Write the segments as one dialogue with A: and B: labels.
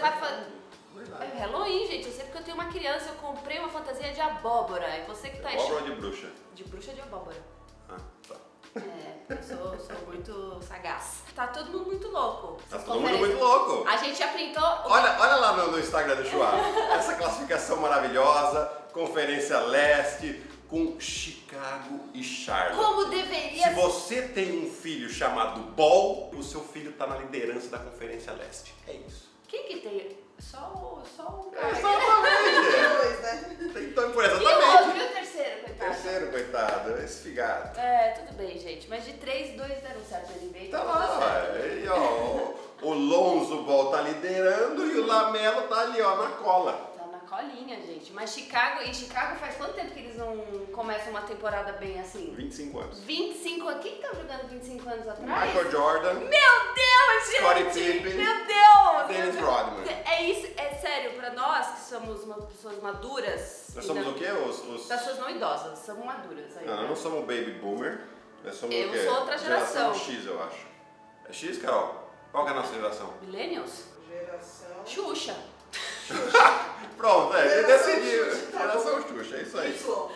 A: vai fazer. É Halloween, gente. Eu sei porque eu tenho uma criança, eu comprei uma fantasia de abóbora. E você que tá
B: Abóbora ou de bruxa?
A: De bruxa de abóbora.
B: Ah, tá.
A: É, eu sou, sou muito sagaz. Tá todo mundo muito louco.
B: Tá
A: Vocês
B: todo mundo
A: conferem-
B: muito louco.
A: A gente já printou. o-
B: Olha, olha lá no, no Instagram do Schwab. Essa classificação maravilhosa, Conferência Leste, com Chicago e Charlotte.
A: Como deveria
B: Se você tem um filho chamado Ball, o seu filho tá na liderança da Conferência Leste. É isso.
A: Quem que tem? Só o. Só o
B: É,
A: cara.
B: exatamente.
C: Dois, né?
B: é. Então, por
A: E o
B: exatamente.
A: outro, e o terceiro, coitado?
B: Terceiro, coitado, esfigado.
A: É, tudo bem, gente. Mas de 3, 2 deram certo ali bem.
B: Tá
A: então
B: lá,
A: tá certo.
B: ué. E, ó, o Lonzo Ball tá liderando e o Lamelo tá ali, ó, na cola.
A: Tá na colinha, gente. Mas Chicago, e Chicago faz quanto tempo que eles não começam uma temporada bem assim?
B: 25 anos.
A: 25 anos. Quem tá jogando 25 anos atrás?
B: Michael Jordan,
A: Meu Deus,
B: Scottie
A: gente!
B: Pippen,
A: Meu Deus!
B: Dennis
A: Meu Deus.
B: Rodman.
A: É isso, é sério, pra nós que somos uma- pessoas maduras.
B: Nós
A: e
B: somos
A: não-
B: o quê? Os, os...
A: Das pessoas não idosas, somos maduras né? ainda.
B: Não, nós não somos o baby boomer. Nós somos
A: Eu
B: o quê?
A: sou outra geração.
B: X, eu acho. É X, Carol? Qual que é a nossa geração?
A: Millennials?
C: Geração.
A: Xuxa.
B: Pronto, é, eu
C: Geração
B: decidi.
C: Xuxa, tá
B: Geração Xuxa, é isso aí.
C: Y.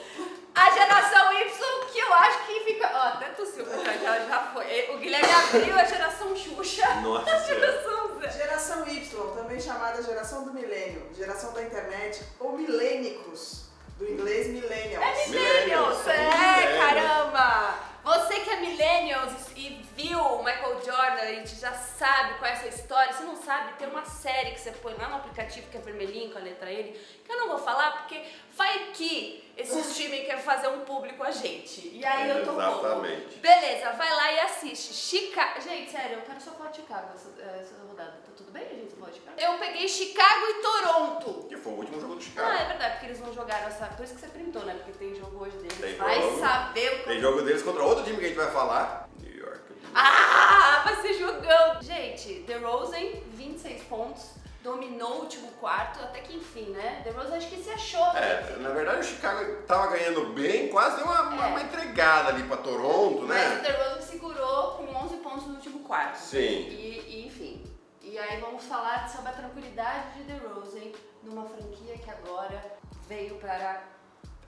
A: A geração Y, que eu acho que fica. Ó, até tossiu, porque já, já foi. O Guilherme abriu a geração Xuxa.
B: Nossa
A: A
B: senhora.
A: geração Z.
C: Geração Y, também chamada geração do milênio, geração da internet ou milênicos, do inglês millennials.
A: É
B: Millennials,
A: Millennials,
B: é
A: é,
B: millennials.
A: caramba! Você que é Millennials e viu o Michael Jordan, a gente já sabe qual é essa história. Se não sabe, tem uma série que você põe lá no aplicativo que é vermelhinho com a letra N, que eu não vou falar porque vai que esses times querem fazer um público a gente. E aí eu tô bobo.
B: Exatamente.
A: Beleza, vai lá e assiste. Chicago. Gente, sério, eu quero só falar de Chicago essa, essa rodada. Tá tudo bem, a gente? Pode Chicago? Eu peguei Chicago e Toronto.
B: Que foi o último jogo do
A: Ah, é
B: Chicago.
A: verdade, porque eles não jogaram essa. Por isso que você printou, né? Porque tem jogo hoje deles.
B: Tem
A: vai
B: jogo.
A: saber o
B: Tem
A: que.
B: jogo deles contra outro time que a gente vai falar. New York.
A: Ah, vai ser jogão! Gente, The Rosen, 26 pontos, dominou o último quarto, até que enfim, né? The Rosen acho que se achou. né?
B: É, na verdade o Chicago tava ganhando bem, quase deu uma, uma-
A: É.
B: uma entregada ali pra Toronto,
A: Mas o
B: né?
A: The Rosen segurou com 11 pontos no último quarto.
B: Sim.
A: E, e, enfim. E aí vamos falar sobre a tranquilidade de The Rosen numa franquia que agora veio para.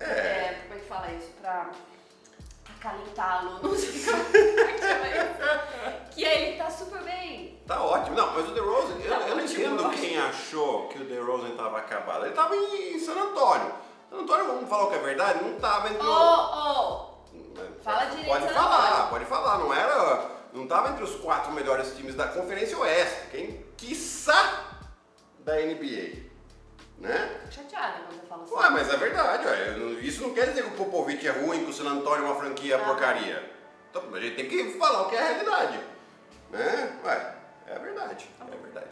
B: É.
A: como é que fala isso? Pra acalentá-lo. Não sei como é que chama isso. Que ele tá super bem.
B: Tá ótimo. Não, mas o DeRozan, eu,
A: Tá
B: eu não
A: ótimo, eu
B: entendo
A: acho.
B: quem achou que o DeRozan tava acabado. Ele tava em, em San Antônio. San Antônio, vamos falar o que é verdade, não tava entre
A: Ô,
B: o-
A: ô! Oh, fala
B: pode,
A: direito,
B: Pode
A: San
B: falar,
A: Antonio.
B: pode falar. Não era... Não tava entre os quatro melhores times da Conferência Oeste. Quem? Quiçá da NBA. Né?
A: Fico chateada quando você fala assim.
B: Ué, mas é verdade, ué. Eu não- isso não quer dizer que o Popovich é ruim, que o San Antonio é uma franquia
A: Ah.
B: porcaria. Então, a gente tem que falar o que é a realidade. Né? Ué, é verdade,
A: Tá
B: é verdade.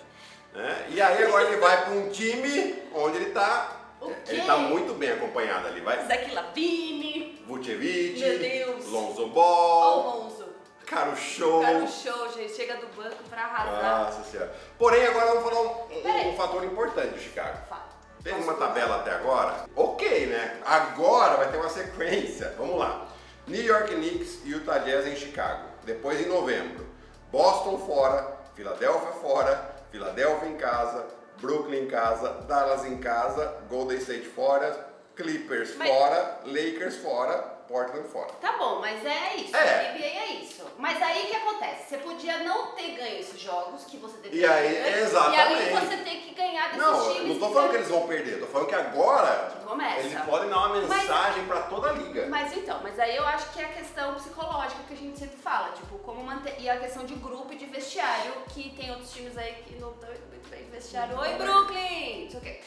B: Né? E aí agora ele vai pra um time onde ele tá.
A: O
B: Ele
A: quê?
B: tá muito bem acompanhado ali, vai.
A: Zach Lavine, Meu
B: Vucevic,
A: Deus. Oh,
B: Lonzo
A: ó o
B: Ball,
A: Monzo.
B: Caro Show.
A: Cara, o show, gente. Chega do banco pra arrasar.
B: Nossa senhora. Porém, agora vamos falar um- um, um
A: Peraí.
B: fator importante de Chicago.
A: Fala.
B: Teve uma tabela até agora? Ok, né? Agora vai ter uma sequência. Vamos lá. New York Knicks e Utah Jazz em Chicago. Depois em novembro. Boston fora, Filadélfia fora, Filadélfia em casa, Brooklyn em casa, Dallas em casa, Golden State fora, Clippers
A: Mas-
B: fora, Lakers fora, Portland fora.
A: Tá bom, mas é isso.
B: É.
A: A NBA é isso. Mas aí o que acontece? Você podia não ter ganho esses jogos que você deveria
B: E aí,
A: ter ganho,
B: exatamente.
A: E aí você tem que ganhar desses
B: Não, eu
A: times.
B: não tô falando que eles vão perder, tô falando que agora
A: Começa.
B: eles podem dar uma
A: Mas-
B: mensagem pra toda a liga.
A: Mas então, mas aí eu acho que é a questão psicológica que a gente sempre fala, tipo, como manter. E a questão de grupo e de vestiário, que tem outros times aí que não estão indo muito bem de vestiário.
B: é.
A: Oi, Brooklyn! Não sei o quê.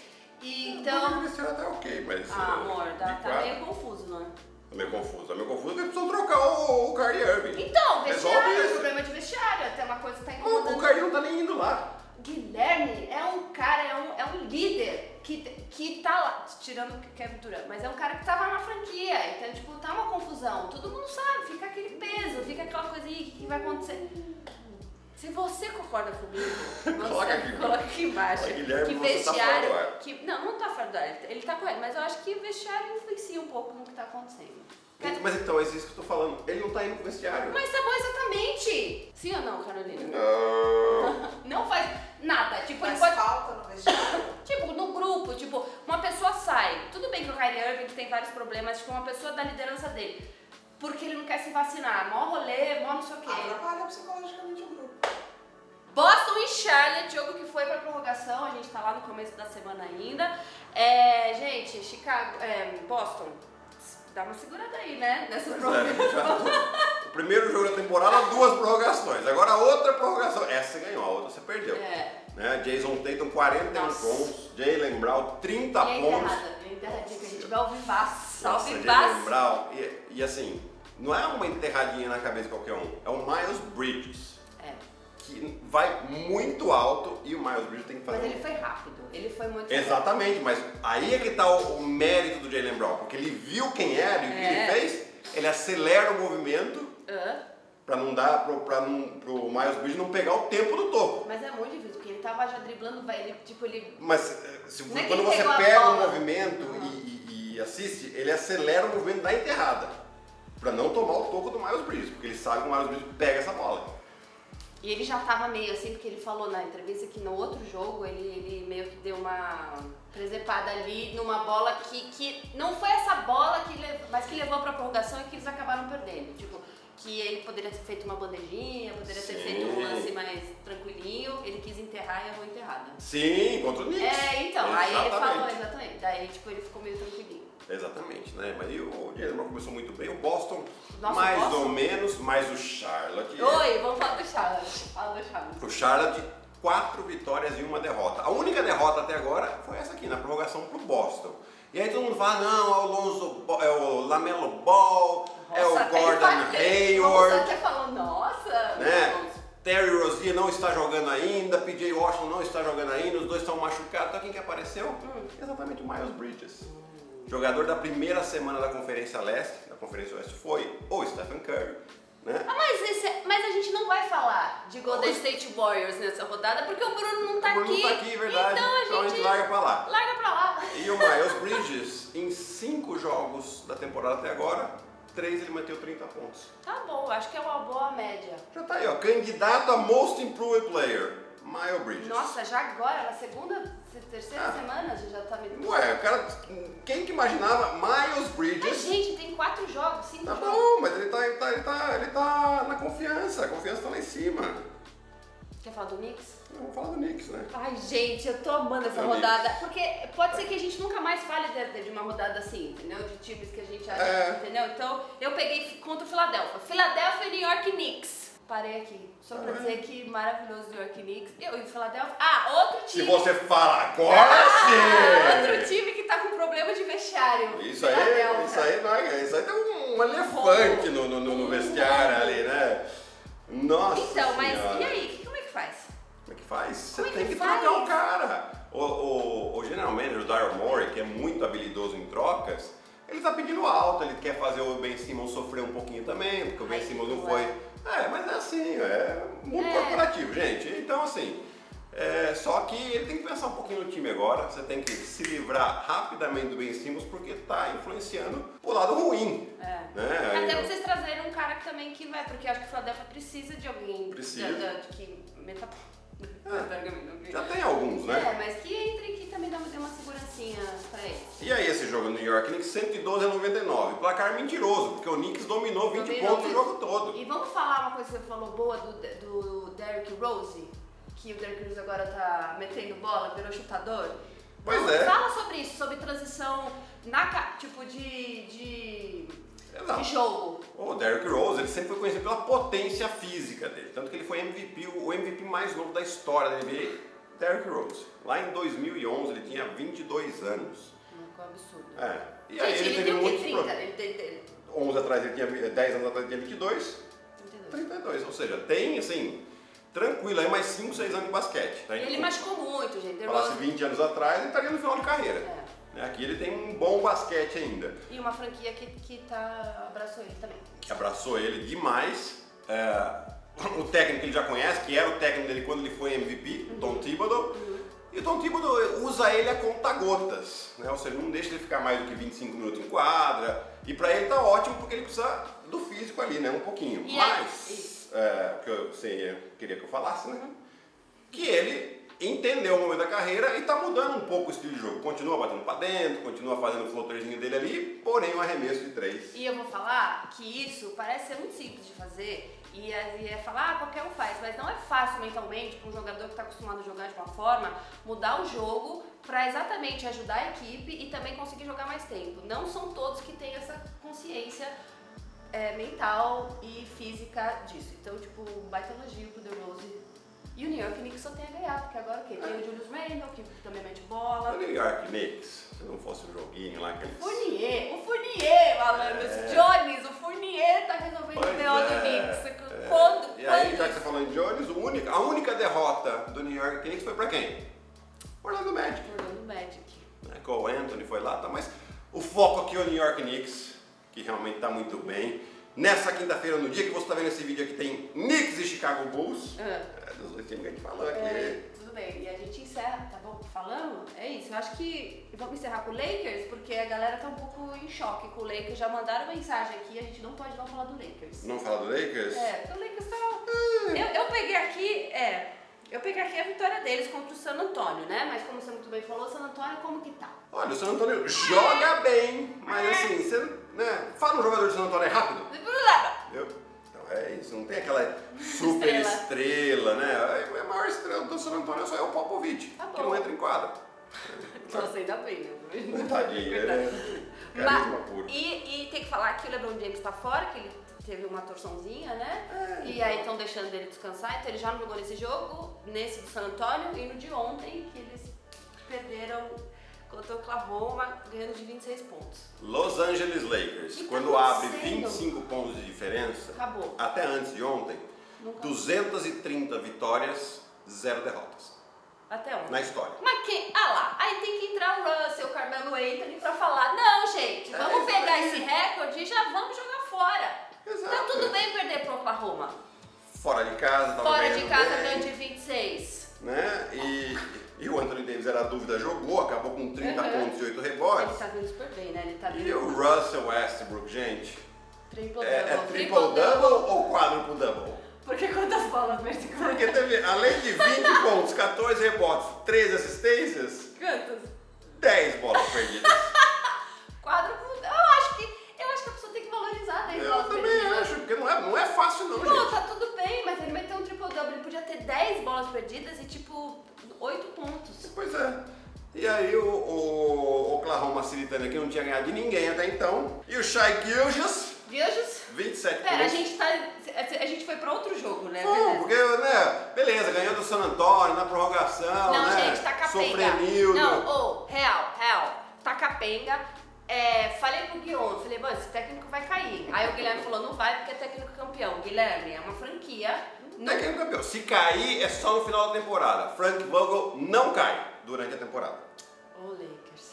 A: E Então.
B: O Cristiano tá ok, mas.
A: Ah,
B: eh,
A: amor, tá,
B: de
A: tá
B: quatro-
A: meio confuso, né?
B: Tá meio confuso. Tá meio confuso porque precisam trocar o, o Kyrie Irving.
A: Então,
B: Resolve
A: vestiário,
B: isso.
A: problema de vestiário, até uma coisa que tá
B: O,
A: incomodando
B: o Kyrie não tá nem indo lá.
A: Guilherme é um cara, é um, é um líder que, que tá lá, tirando o Kevin Durant, mas é um cara que tava na franquia, então, tipo, tá uma confusão. Todo mundo sabe, fica aquele peso, fica aquela coisa aí, o que, que vai acontecer? Se você concorda comigo, você
B: Coloca aqui.
A: coloca aqui embaixo.
B: Olha, Guilherme,
A: que
B: você tá fora do
A: vestiário.
B: ar.
A: que, não, não tá fora do ar, ele tá- ele tá correto, mas eu acho que vestiário influencia um pouco no que tá acontecendo. Mas,
B: Mas então, é isso que eu tô falando. Ele não tá indo pro vestiário.
A: mas tá bom exatamente! Sim ou não, Carolina?
B: Não.
A: Não faz. Nada. Tipo, ele
C: Faz
A: pode.
C: falta no vestiário.
A: Tipo, no grupo, tipo, uma pessoa sai. Tudo bem que o Kyrie Irving tem vários problemas, tipo, uma pessoa da liderança dele. Porque ele não quer se vacinar. Mó rolê, mó não sei o quê.
B: Ah, tá.
C: Atrapalha psicologicamente o grupo.
A: Boston e Charlotte, jogo que foi pra prorrogação, a gente tá lá no começo da semana ainda. É, gente, Chicago, é, Boston, dá uma segurada aí, né? Nessa prorrogação.
B: Pois é, já- o primeiro jogo da temporada, duas prorrogações. Agora outra prorrogação. Essa você ganhou, a outra você perdeu.
A: É.
B: Né? Jason Tatum, 41
A: Nossa.
B: pontos. Jalen Brown, 30
A: E aí,
B: pontos.
A: enterrada, e aí, enterradinha, que a gente vai ao vivaço, ao
B: Tá Nossa, Jalen
A: vivaço.
B: Brown. E, e assim, não é uma enterradinha na cabeça de qualquer um. É o Miles Bridges,
A: É,
B: que vai muito alto e o Miles Bridges tem que fazer
A: mas
B: um
A: ele foi rápido, ele foi muito
B: Exatamente, mas aí é que tá o, o mérito do Jalen Brown, porque ele viu quem era e o que
A: É.
B: ele fez, ele acelera o movimento
A: Hã?
B: pra não dar pro, pra não, pro Miles Bridges não pegar o tempo do topo.
A: Mas é muito difícil, porque ele tava já driblando, vai, ele, tipo, ele...
B: Mas eh, se-
A: Não é que
B: quando
A: ele
B: você
A: pegou a
B: pega o
A: bola.
B: movimento e, e- e assiste, ele acelera o movimento da enterrada pra não tomar o toco do Miles Bridges, porque ele sabe que o Miles Bridges pega essa bola.
A: E ele já tava meio assim, porque ele falou na entrevista que no outro jogo ele, ele meio que deu uma presepada ali numa bola que, que não foi essa bola que levou, mas que levou pra prorrogação e que eles acabaram perdendo. Tipo, que ele poderia ter feito uma bandejinha, poderia ter
B: Sim.
A: feito um lance mais tranquilinho, ele quis enterrar e errou enterrada.
B: Sim, contra o Knicks.
A: É, então, aí ele falou,
B: Exatamente.
A: exatamente. Daí, tipo, ele ficou meio tranquilinho.
B: Exatamente, né? Mas e o Jalen Brown começou muito bem. O Boston,
A: Nossa,
B: mais
A: Boston.
B: ou menos, mas o Charlotte. é-
A: Oi, vamos falar do Charles. Fala do Charles.
B: Pro Charlotte, quatro vitórias e uma derrota. A única derrota até agora foi essa aqui, na prorrogação pro Boston. E aí todo mundo fala, não, é o Lonzo, Bo- é o Lamelo Ball, é
A: Nossa,
B: o
A: até
B: Gordon
A: falei. Nossa,
B: Hayward,
A: até falou, nossa.
B: né? Terry Rozier não está jogando ainda, PJ Washington não está jogando ainda, os dois estão machucados. Então quem que apareceu?
A: Hum.
B: Exatamente o Miles Bridges. Jogador da primeira semana da Conferência Leste, da Conferência Oeste foi o Stephen Curry, né?
A: Ah, mas, esse- mas a gente não vai falar de Golden State Warriors nessa rodada, porque o Bruno não tá
B: O Bruno
A: aqui.
B: tá aqui, verdade.
A: Então a gente,
B: Então a gente larga pra lá.
A: Larga pra lá.
B: E o Miles Bridges, em cinco jogos da temporada até agora, três ele meteu 30 pontos.
A: Tá bom, acho que é uma boa média.
B: Já tá aí, ó. Candidato a Most Improved Player, Miles Bridges.
A: Nossa, já agora, na segunda, se- terceira
B: Ah.
A: semana, a gente já tá me.
B: Ué, o cara. Quem que imaginava Miles
A: Mas,
B: Bridges?
A: gente, tem quatro jogos, cinco
B: Tá
A: jogos.
B: bom, mas ele tá, ele tá, ele tá, ele tá na confiança. A confiança tá lá em cima.
A: Quer falar do Knicks?
B: Eu vou falar do Knicks, né?
A: Ai, gente, eu tô amando essa
B: Do
A: rodada. Porque pode ser que a gente nunca mais fale de, de uma rodada assim, entendeu? De times que a gente acha,
B: É.
A: entendeu? Então, eu peguei contra o Philadelphia. Philadelphia e New York Knicks. Parei aqui, só pra
B: Tá
A: dizer que maravilhoso New York Knicks. Eu e o Philadelphia. Ah, outro
B: Se
A: time.
B: você fala agora
A: Ah, outro
B: sim!
A: time que tá com problema de vestiário.
B: Isso aí,
A: Philadelphia.
B: isso aí, vai, isso aí tem um elefante no, no, no- no vestiário ali, né? Nossa
A: Então, mas
B: Senhora.
A: e aí? Que- Como é que faz?
B: Como é que faz? Você
A: Como é
B: tem que,
A: que
B: trocar
A: faz?
B: o cara. O, o, o general manager, o Daryl Morey, que é muito habilidoso em trocas, ele tá pedindo alta, ele quer fazer o Ben Simmons sofrer um pouquinho também, porque o Ben
A: Ai,
B: Simmons não
A: ué.
B: foi. É, mas é assim, é muito
A: É.
B: corporativo, gente. Então, assim, é, só que ele tem que pensar um pouquinho no time agora, você tem que se livrar rapidamente do Ben Simmons, porque tá influenciando o lado ruim.
A: É.
B: Né?
A: Até
B: Aí,
A: pra vocês trazerem um cara que também que vai, porque eu acho que o Philadelphia precisa de alguém
B: Precisa.
A: da- da- de que meta. Ah,
B: Já tem alguns, né?
A: É, mas que entre que também dá uma, dê uma segurancinha pra ele.
B: E aí esse jogo no New York Knicks 112 a 99. Placar mentiroso, porque o Knicks dominou 20
A: Dominou
B: pontos o
A: muito.
B: jogo todo.
A: E vamos falar uma coisa que você falou boa do, do Derrick Rose, que o Derrick Rose agora tá metendo bola, virou chutador.
B: Pois
A: Então,
B: é.
A: Fala sobre isso, sobre transição na ca- tipo de, de,
B: Exato.
A: de jogo.
B: O Derrick Rose, ele sempre foi conhecido pela potência física dele. Tanto que ele foi MVP, o MVP mais novo da história da NBA, Derrick Rose. Lá em 2011, ele tinha 22 anos.
A: Não, que é um absurdo.
B: É. E
A: Gente,
B: aí ele, teve
A: tem o
B: muitos
A: que? 30?
B: problemas.
A: Ele tem, tem
B: 11 atrás ele tinha 10 anos atrás ele tinha 22.
A: 32.
B: 32, ou seja, tem assim, tranquilo aí mais 5, 6 anos de basquete. Tá?
A: Ele machucou muito, gente. Derrick
B: falasse
A: Rose-
B: 20 anos atrás, ele estaria no final de carreira.
A: É.
B: Né, Aqui ele tem um bom basquete ainda.
A: E uma franquia que, que tá, abraçou ele também.
B: Que abraçou ele demais. É, o técnico que ele já conhece, que era o técnico dele quando ele foi MVP, o Tom Thibodeau. E o Tom Thibodeau usa ele a conta-gotas. Né? Ou seja, não deixa ele ficar mais do que 25 minutos em quadra. E pra ele tá ótimo porque ele precisa do físico ali, né? Um pouquinho.
A: E aí-
B: Mas, é, que eu, você queria que eu falasse, né? Que ele entendeu o momento da carreira e tá mudando um pouco o estilo de jogo. Continua batendo pra dentro, continua fazendo o flotorzinho dele ali, porém um arremesso de três.
A: E eu vou falar que isso parece ser muito simples de fazer e é, e é falar, ah, qualquer um faz, mas não é fácil mentalmente para um jogador que está acostumado a jogar de uma forma mudar o jogo para exatamente ajudar a equipe e também conseguir jogar mais tempo. Não são todos que têm essa consciência é, mental e física disso. Então, tipo, um baita elogio pro DeRozan. E o New York Knicks só tem a ganhar, porque agora o quê? Tem o Julius Randle, que também mete bola.
B: O New York Knicks, se não fosse um joguinho lá que eles...
A: Fournier, o Fournier, malandro,
B: É.
A: esse Jones, o Fournier tá resolvendo
B: Pois
A: o BO do
B: é,
A: Knicks.
B: é.
A: Quando?
B: E aí,
A: quando
B: já que você
A: isso?
B: falou em Jones, o único- a única derrota do New York Knicks foi pra quem? Orlando Magic.
A: Orlando Magic.
B: né? Cole Anthony foi lá, tá? mas o foco aqui é o New York Knicks, que realmente tá muito bem. Nessa quinta-feira, no dia que você tá vendo esse vídeo aqui, tem Knicks e Chicago Bulls.
A: Ah,
B: É, dos dois times que a gente falou aqui.
A: é, tudo bem, e a gente encerra, tá bom? Falamos? É isso, eu acho que vamos encerrar com o Lakers, porque a galera tá um pouco em choque com o Lakers. Já mandaram mensagem aqui, a gente não pode não falar do Lakers.
B: Não falar do Lakers?
A: É, porque o Lakers tá.
B: Ah.
A: Eu, eu peguei aqui, é. Eu peguei aqui a vitória deles contra o San Antonio, né? Mas como você muito bem falou, San Antonio como que tá?
B: Olha, o San Antonio joga bem,
A: É.
B: mas assim, você, né? Fala um jogador de San Antonio aí, rápido. Entendeu? Então é isso, não tem aquela super estrela, né? A maior estrela do San Antonio só é o Popovich,
A: Tá
B: que
A: bom.
B: não entra em quadra.
A: Nossa, Então, assim, ainda bem, né?
B: Tadinho, ele é carisma
A: Mas-
B: puro.
A: e, e tem que falar que o LeBron James tá fora, que ele teve uma torçãozinha,
B: É.
A: né? e aí estão deixando ele descansar, então ele já não jogou nesse jogo, nesse do San Antonio e no de ontem, que eles perderam contra o Oklahoma, ganhando de 26 pontos.
B: Los Angeles Lakers,
A: Que tá
B: quando abre
A: acontecendo?
B: 25 pontos de diferença,
A: Acabou.
B: até antes de ontem,
A: Nunca-
B: 230 vitórias, zero derrotas.
A: Até ontem.
B: Na história.
A: Mas quem? Ah lá, aí tem que entrar o Russell, o Carmelo Anthony pra falar, não, gente,
B: É
A: vamos
B: isso
A: pegar
B: aí.
A: esse recorde e já vamos jogar fora.
B: Exato.
A: Então tudo bem perder pro Oklahoma.
B: Fora de casa, tava
A: Fora de
B: ganhando
A: casa,
B: bem.
A: ganhando de 26.
B: né? E, e o Anthony Davis era a dúvida, jogou, acabou com 30
A: Uhum.
B: pontos e 8
A: Ele
B: rebotes.
A: tá vindo super bem, né? Ele tá
B: E o
A: vindo
B: Russell Westbrook, gente,
A: triple-double.
B: é, é
A: triple-double.
B: triple-double ou quadruple-double?
A: Porque quantas bolas verticais?
B: Porque teve, além de 20 pontos, 14 rebotes, 3 assistências,
A: Quantas?
B: 10 bolas perdidas.
A: Quadruplo. Eu acho que. Eu acho que a pessoa tem que valorizar né? 10
B: Eu
A: bolas
B: também
A: perdidas.
B: acho, porque não é, não é fácil não,
A: Pô,
B: gente.
A: tá tudo bem, mas ele meteu um triple-double. Ele podia ter 10 bolas perdidas e tipo 8 pontos.
B: Pois é. E aí o, o Oklahoma City Thunder, que não tinha ganhado de ninguém até então. E o Shai Gilgis,
A: Viajos?
B: 27
A: Pera, a
B: pontos.
A: gente tá. A gente foi pra outro jogo, né?
B: Bom,
A: Beleza.
B: porque, né, beleza, ganhou do San Antonio na prorrogação,
A: Não,
B: né?
A: gente, tá capenga.
B: Sofrenildo.
A: Não, ô, real, real. Tá capenga. É, falei pro Guion, falei, mano, esse técnico vai cair. Aí o Guilherme falou, não vai porque é técnico campeão. Guilherme, é uma franquia. Não,
B: Não é que é campeão. Se cair, é só no final da temporada. Frank Vogel não cai durante a temporada.
A: Ô, Lakers.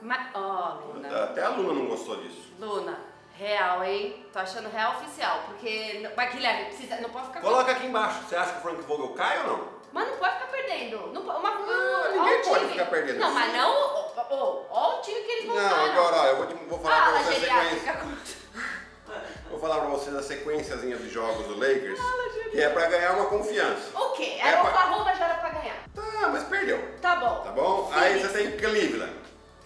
A: Mas, ó, Luna.
B: Até a Luna não gostou disso.
A: Luna, real, hein? Tô achando real oficial, porque... não- Mas, Guilherme, precisa, não pode ficar...
B: Coloca aqui embaixo. Você acha que o Frank Vogel cai ou não?
A: Mas não pode ficar perdendo. Não, po- uma,
B: Ah,
A: ó
B: ninguém
A: o
B: pode
A: time.
B: ficar perdendo.
A: Não, mas não... Ó, ó, ó o time que eles montaram.
B: Não, agora, ó, eu vou, te- vou falar
A: Fala,
B: pra você a sequência.
A: geriátrica. conta.
B: Vou falar pra vocês a sequenciazinha dos jogos do Lakers, que é pra ganhar uma confiança.
A: O quê?
B: É
A: Era
B: pra-
A: o Oklahoma, já era pra ganhar.
B: Tá, mas perdeu.
A: Tá bom.
B: Tá bom? Aí você tem Cleveland.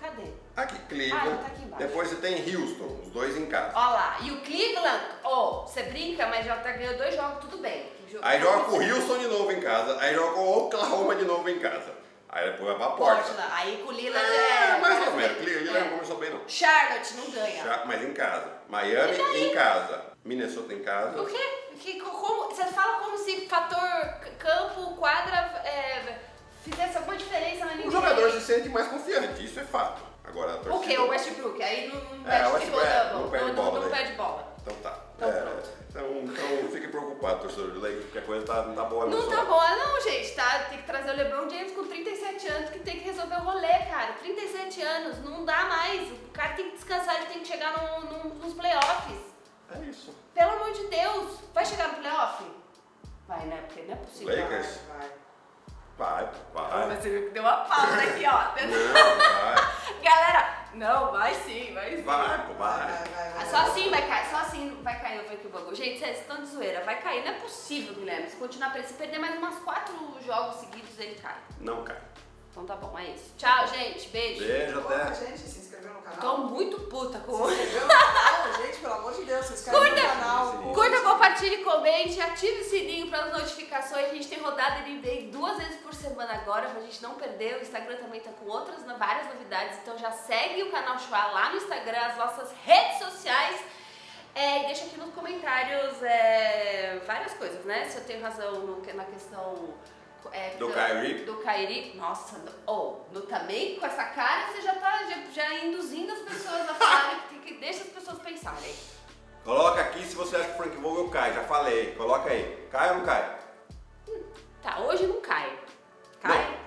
A: Cadê?
B: Aqui, Cleveland.
A: Ah, tá aqui embaixo.
B: Depois você tem Houston, os dois em casa.
A: Ó lá. E o Cleveland, ó, você brinca, mas já tá ganhando dois jogos, tudo bem. Que jogo-
B: Aí joga com o Houston de novo em casa, aí joga com o Oklahoma de novo em casa. Aí depois vai pra porta.
A: Portland. Aí com o Lillard
B: É, um mais ou menos. Cleveland
A: É.
B: não começou bem, não.
A: Charlotte não ganha.
B: Já- mas em casa. Miami em casa. Minnesota em
A: O
B: casa.
A: quê? Que, co- como, você fala como se fator c- campo, quadra, é, fizesse alguma diferença na NBA.
B: O jogador se sente mais confiante, isso é fato. Agora a torcida.
A: O quê? O Westbrook. Aí não, não
B: É, o
A: perde
B: Westbrook, é, não perde
A: não,
B: bola
A: não
B: daí.
A: perde bola.
B: Então tá.
A: Então
B: É,
A: pronto.
B: então, então fique preocupado, torcedor do Lakers, porque a coisa tá, não tá boa
A: Não
B: só.
A: tá boa, não, gente, tá? Tem que trazer o LeBron James com 37 anos que tem que resolver o rolê, cara. 37 anos, não dá mais. O cara tem que descansar, ele tem que chegar num- num- nos playoffs.
B: É isso.
A: Pelo amor de Deus, vai chegar no playoff? Vai, né? Porque não é possível.
B: Lakers?
C: Vai, vai.
B: Vai,
A: Ah,
B: vai.
A: Você viu que deu uma pausa aqui, ó.
B: Não, vai.
A: Galera, não, vai sim, vai sim.
B: Vai, pô, vai.
C: Vai, vai, vai.
A: Ah, Só assim vai cair, só assim vai cair o Vancouver. Gente, vocês estão de zoeira, vai cair. Não é possível, Guilherme. Se continuar pra ele, se perder mais umas quatro jogos seguidos, ele cai.
B: Não, cara.
A: Então tá bom, é isso. Tchau, gente. Beijo.
B: Beijo
C: Pouca
B: até.
C: gente se inscreveu no canal.
A: Tô muito puta com
C: Se
A: o
C: inscreveu no canal, gente, pelo amor de Deus, se inscreve
A: Curta!
C: no canal.
B: Sim.
A: Curta, compartilhe, comente, ative o sininho para as notificações. A gente tem rodada de e duas vezes por semana agora, pra gente não perder. O Instagram também tá com outras, no- várias novidades. Então já segue o canal Chua lá no Instagram, as nossas redes sociais. É, e deixa aqui nos comentários é, várias coisas, né? Se eu tenho razão no- na questão... é,
B: Do Kyrie.
A: Do Kairi. Nossa, no, oh, no, também com essa cara você já tá já, já induzindo as pessoas a falarem. que, que deixa as pessoas pensarem.
B: Coloca aqui se você acha que o Frank Vogel cai, já falei. Coloca aí. Cai ou não cai?
A: Tá, hoje não cai. Cai?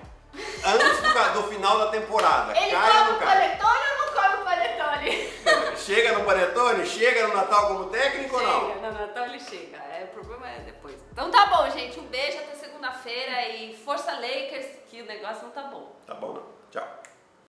B: Antes do, ca- do final da temporada.
A: Ele
B: cai ou
A: come
B: não
A: o
B: cai?
A: panetone ou não come o panetone?
B: Chega no Panetone? Chega no Natal como técnico ou não?
A: Chega, no Natal ele chega. É, o problema é depois. Então tá bom, gente. Um beijo até segunda-feira e força Lakers, que o negócio não tá bom.
B: Tá bom, não. Tchau.